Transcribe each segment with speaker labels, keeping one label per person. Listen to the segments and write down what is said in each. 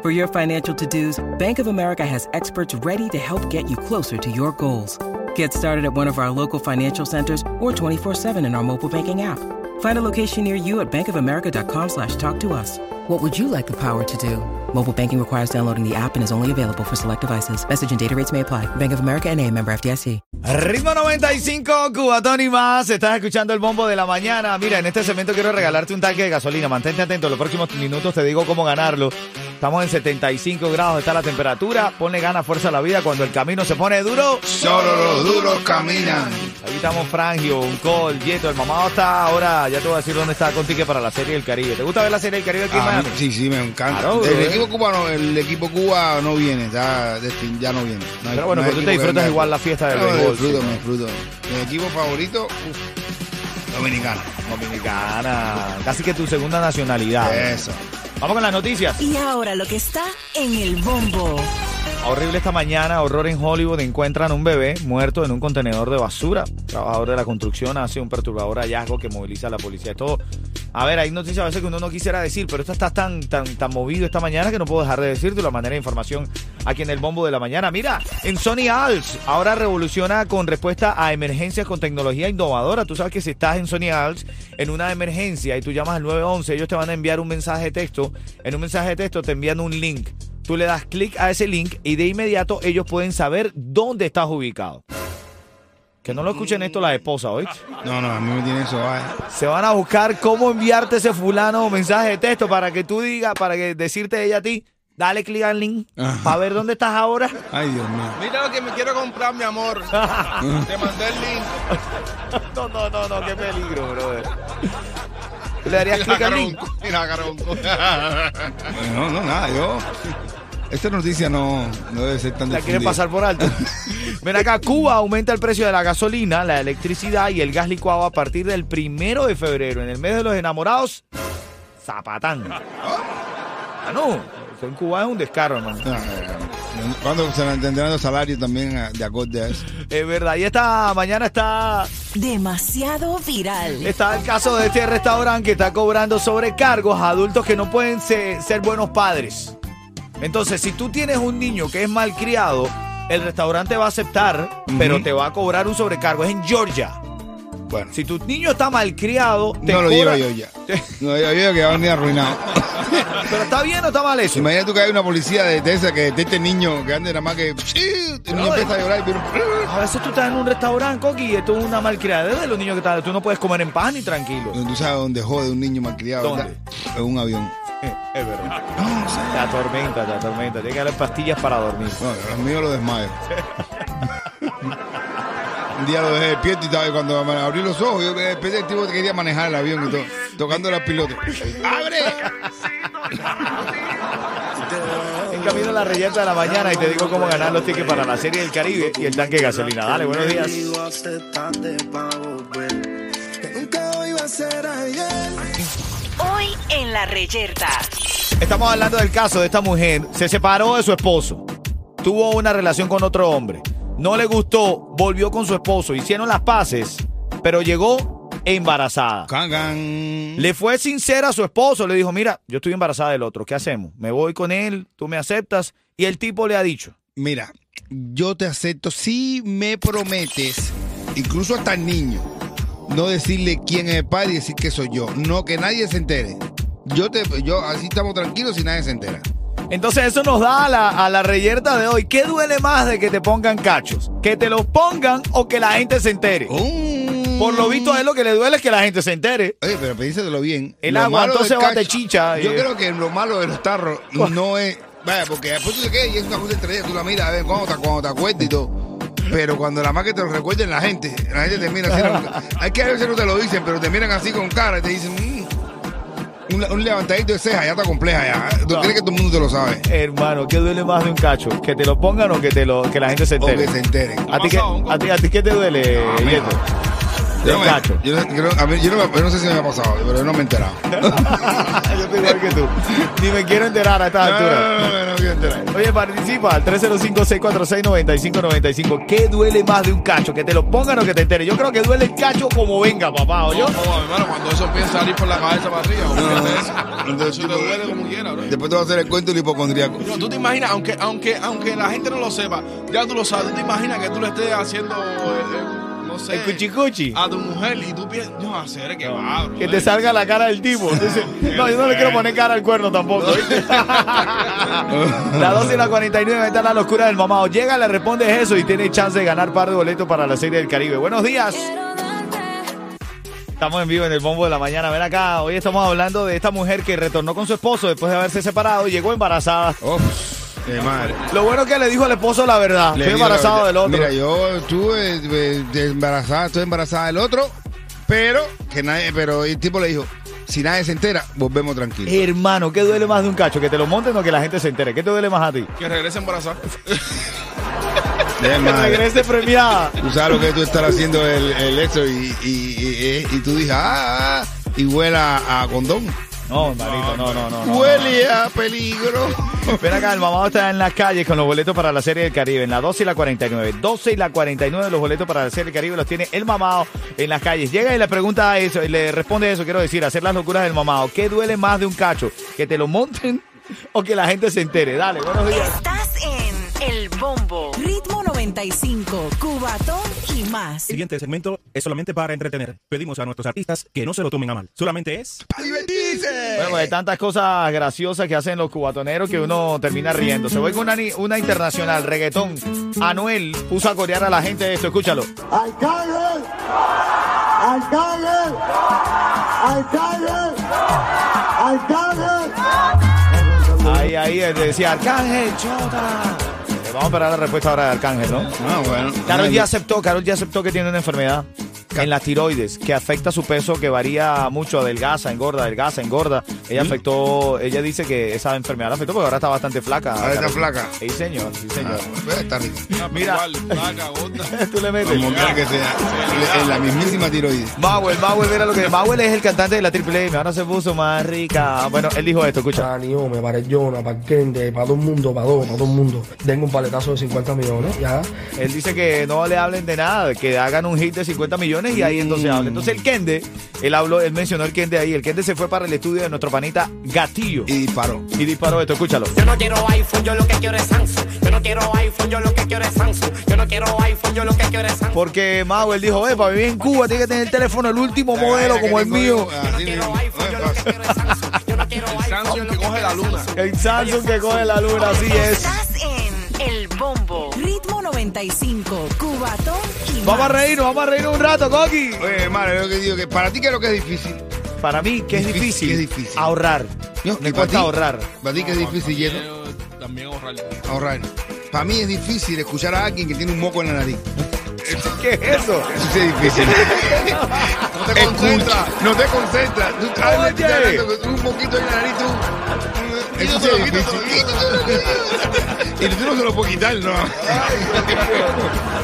Speaker 1: For your financial to-dos, Bank of America has experts ready to help get you closer to your goals. Get started at one of our local financial centers or 24-7 in our mobile banking app. Find a location near you at bankofamerica.com slash talk to us. What would you like the power to do? Mobile banking requires downloading the app and is only available for select devices. Message and data rates may apply. Bank of America and a member FDIC.
Speaker 2: Ritmo 95, Cubatón y más. Estás escuchando el bombo de la mañana. Mira, en este segmento quiero regalarte un tanque de gasolina. Mantente atento. En los próximos minutos te digo cómo ganarlo. Estamos en 75 grados, está la temperatura. Ponle gana, fuerza a la vida. Cuando el camino se pone duro,
Speaker 3: Solo los duros caminan.
Speaker 2: Ahí estamos Frangio, un col, Yeto, el mamado está ahora, ya te voy a decir dónde está con ticket para la Serie del Caribe. ¿Te gusta ver la Serie del Caribe aquí en
Speaker 3: Ah,
Speaker 2: Miami?
Speaker 3: sí, sí, me encanta.
Speaker 2: Claro,
Speaker 3: el
Speaker 2: bro.
Speaker 3: equipo cubano, el equipo Cuba no viene, está destin- ya no viene. No hay-
Speaker 2: Pero bueno,
Speaker 3: no
Speaker 2: pero tú te
Speaker 3: hay equipo que
Speaker 2: disfrutas
Speaker 3: venga.
Speaker 2: igual la fiesta del
Speaker 3: Claro,
Speaker 2: béisbol,
Speaker 3: disfruto,
Speaker 2: sí,
Speaker 3: me
Speaker 2: ¿no?
Speaker 3: disfruto. Mi equipo favorito, uf, dominicano.
Speaker 2: Dominicana, casi que tu segunda nacionalidad.
Speaker 3: Eso.
Speaker 2: Vamos con las noticias.
Speaker 4: Y ahora lo que está en el bombo.
Speaker 2: Horrible esta mañana, horror en Hollywood, encuentran un bebé muerto en un contenedor de basura. Trabajador de la construcción hace un perturbador hallazgo que moviliza a la policía. Esto, a ver, hay noticias a veces que uno no quisiera decir, pero esto está tan, tan, tan movido esta mañana que no puedo dejar de decirte la manera de información aquí en el bombo de la mañana. Mira, en Sony Alts, ahora revoluciona con respuesta a emergencias con tecnología innovadora. Tú sabes que si estás en Sony Alts, en una emergencia y tú llamas al 911, ellos te van a enviar un mensaje de texto. En un mensaje de texto te envían un link. Tú le das clic a ese link y de inmediato ellos pueden saber dónde estás ubicado. Que no lo escuchen esto las esposas, hoy.
Speaker 3: No, no, a mí me tiene eso. ah,
Speaker 2: Se van a buscar cómo enviarte ese fulano o mensaje de texto para que tú digas, para que decirte ella a ti, dale clic al link
Speaker 3: Ajá.
Speaker 2: para ver dónde estás ahora.
Speaker 3: Ay, Dios mío.
Speaker 5: Mira lo que me quiero comprar, mi amor. Te mandé el link.
Speaker 2: No, no, no, no, qué peligro, brother. ¿Tú le darías clic al link?
Speaker 5: Mira, caronco.
Speaker 3: Pues No, no, nada, yo. Esta noticia no, no debe ser tan
Speaker 2: La quieren
Speaker 3: difundida.
Speaker 2: pasar por alto. Ven acá, Cuba aumenta el precio de la gasolina, la electricidad y el gas licuado a partir del primero de febrero. En el mes de los enamorados, zapatán. Ah, no. eso En Cuba es un descaro, hermano.
Speaker 3: Ah, eh, ¿Cuándo se tendrán los salarios también ah, de acorde a eso?
Speaker 2: Es verdad. Y esta mañana está
Speaker 4: Demasiado viral.
Speaker 2: Está el caso de este restaurante que está cobrando sobrecargos a adultos que no pueden se- ser buenos padres. Entonces, si tú tienes un niño que es malcriado, el restaurante va a aceptar, pero te va a cobrar un sobrecargo. Es en Georgia.
Speaker 3: Bueno,
Speaker 2: Si tu niño está malcriado, te
Speaker 3: no lo llevo
Speaker 2: cobra-
Speaker 3: yo ya. No lo llevo yo que va a venir arruinado.
Speaker 2: Pero está bien o está mal eso.
Speaker 3: Imagina tú que hay una policía de, de esa que detecte el niño que ande nada más que. ¡Sí! El niño
Speaker 2: Brother.
Speaker 3: empieza a llorar y pero.
Speaker 2: A veces tú estás en un restaurante, Coqui, y esto es una malcriadera de los niños que están. Tú no puedes comer en paz ni tranquilo.
Speaker 3: Tú sabes dónde jode un niño malcriado,
Speaker 2: ¿Dónde?
Speaker 3: ¿verdad? En un avión.
Speaker 2: Es verdad. Te atormenta, te atormenta. Tienes que darle pastillas para dormir.
Speaker 3: No, los míos lo desmayo. un día lo dejé despierto y ¿sabes? cuando me abrí los ojos, yo me desperté el tipo que quería manejar el avión y todo, tocando la piloto. ¡Abre!
Speaker 2: En camino a la reyerta de la mañana y te digo cómo ganar los tickets para la Serie del Caribe y el tanque de gasolina. Dale, buenos días.
Speaker 4: Hoy en la reyerta.
Speaker 2: Estamos hablando del caso de esta mujer. Se separó de su esposo. Tuvo una relación con otro hombre. No le gustó, volvió con su esposo. Hicieron las paces, pero llegó embarazada.
Speaker 3: ¡Cangan!
Speaker 2: Le fue sincera a su esposo. Le dijo, mira, yo estoy embarazada del otro. ¿Qué hacemos? Me voy con él, tú me aceptas. Y el tipo le ha dicho,
Speaker 3: Mira, yo te acepto si me prometes, incluso hasta el niño, no decirle quién es el padre y decir que soy yo. No, que nadie se entere. Yo te, yo así estamos tranquilos y nadie se entera.
Speaker 2: Entonces eso nos da a la, a la reyerta de hoy. ¿Qué duele más de que te pongan cachos? ¿Que te los pongan o que la gente se entere?
Speaker 3: Mm.
Speaker 2: Por lo visto a él lo que le duele es que la gente se entere.
Speaker 3: Oye, pero pedíselo bien.
Speaker 2: El
Speaker 3: Lo
Speaker 2: agua,
Speaker 3: malo del
Speaker 2: entonces, va, te
Speaker 3: cacho-
Speaker 2: chicha,
Speaker 3: Yo
Speaker 2: eh.
Speaker 3: creo que lo malo de los tarros no es. Vaya, porque después tú te quedas y es una cosa entre ellas, tú la miras a ver cuando te, cuando te acuerdas y todo. Pero cuando la más que te lo recuerden la gente, la gente te mira así. no- hay que a veces no te lo dicen, pero te miran así con cara y te dicen, "Mm, un, un levantadito de ceja ya está compleja ya. ¿Tú
Speaker 2: No.
Speaker 3: crees que todo el mundo te lo sabe?
Speaker 2: Hermano, ¿qué duele más de un cacho? ¿Que te lo pongan o que, te lo, que la gente se
Speaker 3: O
Speaker 2: entere?
Speaker 3: que se enteren.
Speaker 2: ¿A ti, qué, a, ti, a ti qué te duele, Yeto? De
Speaker 3: Yo
Speaker 2: un
Speaker 3: no,
Speaker 2: cacho.
Speaker 3: me- yo no- yo no- a ver, yo no me- yo no sé si me ha pasado, pero yo no me he enterado.
Speaker 2: Yo estoy igual que tú. Ni me quiero enterar a esta
Speaker 3: No, no,
Speaker 2: altura.
Speaker 3: no, no, no, Ah, no me voy a enterar.
Speaker 2: Oye, participa al 305-646-9595. ¿Qué duele más de un cacho? ¿Que te lo pongan o que te entere? Yo creo que duele el cacho como venga, papá, ¿o yo?
Speaker 5: No, hermano, cuando eso empieza a salir por la cabeza para arriba,
Speaker 3: no, no,
Speaker 5: hombre, eso te
Speaker 3: tipo-
Speaker 5: duele como quiera, bro.
Speaker 3: Después te voy a hacer el cuento del hipocondriaco.
Speaker 5: No, tú te imaginas, aunque, aunque, aunque la gente no lo sepa, ya tú lo sabes, tú te imaginas que tú le estés haciendo, eh, eh, no sé,
Speaker 2: El cuchicuchi.
Speaker 3: Ah,
Speaker 5: a tu mujer y tú piensas, no, hacer que va, bro.
Speaker 2: Que te salga la cara del tipo. Tú dices, no, yo no le quiero poner cara al cuerno tampoco. ¿viste? la 12 y la 49 está la locura del mamado. Llega, le respondes eso y tiene chance de ganar par de boletos para la Serie del Caribe. Buenos días. Estamos en vivo en el bombo de la mañana. Ven acá, hoy estamos hablando de esta mujer que retornó con su esposo después de haberse separado y llegó embarazada.
Speaker 3: Oh, de madre.
Speaker 2: Lo bueno es que le dijo al esposo la verdad.
Speaker 3: Le
Speaker 2: Estoy
Speaker 3: digo la
Speaker 2: embarazado
Speaker 3: verdad.
Speaker 2: del otro.
Speaker 3: Mira, yo estuve eh, de embarazada, estoy embarazada del otro, pero que nadie, pero el tipo le dijo, si nadie se entera, volvemos tranquilos.
Speaker 2: Hermano, ¿qué duele más de un cacho? ¿Que te lo monten o que la gente se entere? ¿Qué te duele más a ti?
Speaker 5: Que regrese embarazada.
Speaker 3: De
Speaker 2: Que
Speaker 3: madre.
Speaker 2: regrese premiada.
Speaker 3: Tú sabes lo que tú estar haciendo el, el eso y, y, y- y- y tú dices, ah, ah, y huela a condón.
Speaker 2: No, hermanito, no, no, no. no.
Speaker 3: Huele a peligro.
Speaker 2: Ven acá, el mamado está en las calles con los boletos para la Serie del Caribe, en la 12 y la 49. 12 y la 49 los boletos para la Serie del Caribe los tiene el mamado en las calles. Llega y le pregunta eso, y le responde eso, quiero decir, hacer las locuras del mamado. ¿Qué duele más de un cacho? ¿Que te lo monten o que la gente se entere? Dale, buenos días.
Speaker 4: Estás en El Bombo.
Speaker 6: Ritmo 95, Cubatón y más.
Speaker 7: El siguiente segmento es solamente para entretener. Pedimos a nuestros artistas que no se lo tomen a mal. Solamente es...
Speaker 2: Bueno, de tantas cosas graciosas que hacen los cubatoneros que uno termina riendo. Se voy con una, ni- una internacional, reggaetón. Anuel puso a corear a la gente esto, escúchalo.
Speaker 8: Alcalde, alcalde, alcalde, alcalde.
Speaker 2: Ahí, ahí, él decía, Arcángel, chota. Eh, Vamos a esperar la respuesta ahora de Arcángel, ¿no?
Speaker 3: Ah, bueno.
Speaker 2: Carol ya aceptó, Carol ya aceptó que tiene una enfermedad en la tiroides que afecta su peso, que varía mucho, adelgaza, engorda, adelgaza, engorda.
Speaker 3: ¿Mm?
Speaker 2: Ella afectó, ella dice que esa enfermedad la afectó porque ahora está bastante flaca.
Speaker 3: Ahora Ah, está
Speaker 2: Carol.
Speaker 3: flaca.
Speaker 2: Sí, señor, sí, señor.
Speaker 3: Ah, está rico.
Speaker 2: Mira.
Speaker 5: Igual, flaca, gorda.
Speaker 2: Tú le metes.
Speaker 3: Como quiera que sea. le- En la mismísima tiroides.
Speaker 2: Bauer, Bauer, mira lo que... Bauer es el cantante de la Triple M, ahora se puso más rica. Bueno, él dijo esto, escucha.
Speaker 9: Para Niome, para el Jonah, para el Kende, para todo el mundo, para todo, para todo el mundo. Tengo un paletazo de 50 millones, ya.
Speaker 2: Él dice que no le hablen de nada, que hagan un hit de 50 millones y ahí entonces
Speaker 3: Mm.
Speaker 2: hablen. Entonces el Kende, él habló, él mencionó el Kende ahí. El Kende se fue para el estudio de nuestro panita Gatillo
Speaker 3: Y disparó.
Speaker 2: y disparó esto, escúchalo.
Speaker 10: Yo no quiero iPhone, yo lo que quiero es Samsung. Yo no quiero iPhone, yo lo que quiero es Samsung. Yo no quiero iPhone, yo lo que quiero es Samsung.
Speaker 2: Porque Mauer dijo, eh, para vivir en Cuba tiene que tener el teléfono, el último modelo como el mío.
Speaker 3: eh,
Speaker 10: Yo no quiero iPhone, yo lo que quiero es Samsung. Yo no quiero iPhone, yo
Speaker 5: Samsung
Speaker 10: lo
Speaker 5: que
Speaker 10: que
Speaker 5: coge
Speaker 10: quiero
Speaker 5: la
Speaker 10: es
Speaker 5: luna.
Speaker 10: Samsung.
Speaker 2: El Samsung que coge la luna, así es.
Speaker 4: Estás en El Bombo.
Speaker 6: Ritmo 95, Cubatón y
Speaker 2: Vamos a
Speaker 6: más.
Speaker 2: reírnos, vamos a reírnos un rato, Coqui.
Speaker 3: Oye, hermano, yo que digo que para ti, ¿qué es lo que es difícil?
Speaker 2: Para mí, que es difícil,
Speaker 3: Difícil, es difícil.
Speaker 2: ahorrar.
Speaker 3: No,
Speaker 2: Me
Speaker 3: ¿y para ti?
Speaker 2: cuesta ahorrar.
Speaker 3: Para ti, ¿qué es difícil, Yeto?
Speaker 5: Yo También ahorrar.
Speaker 3: Ahorrar. Para mí es difícil escuchar a alguien que tiene un moco en la nariz.
Speaker 2: ¿Qué es eso?
Speaker 3: Eso sí es difícil. no te concentras. No te concentras. Tú estás
Speaker 2: Oye.
Speaker 3: metiendo con un poquito en la nariz, tú. Eso sí es difícil. Y tú no se lo puedes quitar, no.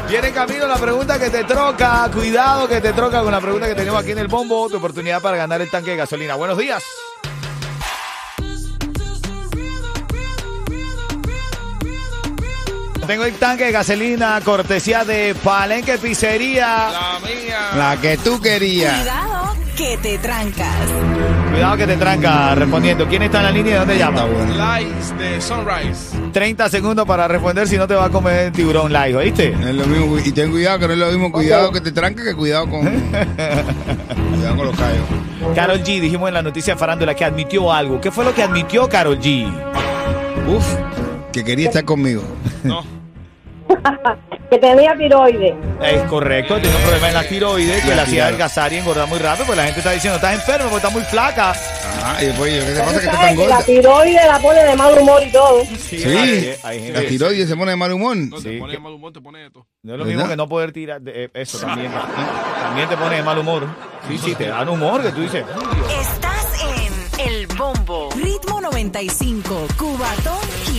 Speaker 2: Viene en camino la pregunta que te troca. Cuidado que te troca con la pregunta que tenemos aquí en el bombo. Tu oportunidad para ganar el tanque de gasolina. Buenos días. Tengo el tanque de gasolina, cortesía de Palenque Pizzería.
Speaker 5: La mía.
Speaker 3: La que tú querías.
Speaker 6: Cuidado que te trancas.
Speaker 2: Cuidado que te tranca respondiendo. ¿Quién está en la línea y dónde llama?
Speaker 5: Lights de Sunrise.
Speaker 2: 30 segundos para responder si no te va a comer el tiburón live, ¿oíste?
Speaker 3: No es lo mismo, y ten cuidado que no es lo mismo cuidado que te tranca que cuidado con. cuidado con los callos.
Speaker 2: Carol G, dijimos en la noticia de Farándula que admitió algo. ¿Qué fue lo que admitió Carol G?
Speaker 3: Uf, que quería estar conmigo.
Speaker 5: No.
Speaker 8: Que tenía tiroides.
Speaker 2: Es correcto, tiene un problema en la tiroides que
Speaker 3: La
Speaker 2: la hacía
Speaker 3: tiroides.
Speaker 2: adelgazar y engordar muy rápido, pues la gente está diciendo, estás enfermo porque estás muy flaca.
Speaker 3: Ajá, Ah, y después, ¿qué te
Speaker 8: Tú
Speaker 3: pasa que estás
Speaker 8: sabes
Speaker 3: tan
Speaker 8: que la
Speaker 3: gorda?
Speaker 8: tiroides la pone de mal humor y todo.
Speaker 3: Sí,
Speaker 2: hay gente
Speaker 3: la
Speaker 2: que-
Speaker 3: tiroides se pone de mal humor.
Speaker 5: No
Speaker 2: Sí,
Speaker 5: te pone
Speaker 2: que-
Speaker 5: de mal humor, te pone esto.
Speaker 2: No es lo mismo
Speaker 3: ¿Verdad?
Speaker 2: que no poder tirar, de- eh, eso también. ¿no? También te pone de mal humor. Sí, sí, te dan humor que tú dices.
Speaker 4: Estás en
Speaker 11: El bombo.
Speaker 4: Ritmo 95, Cubatón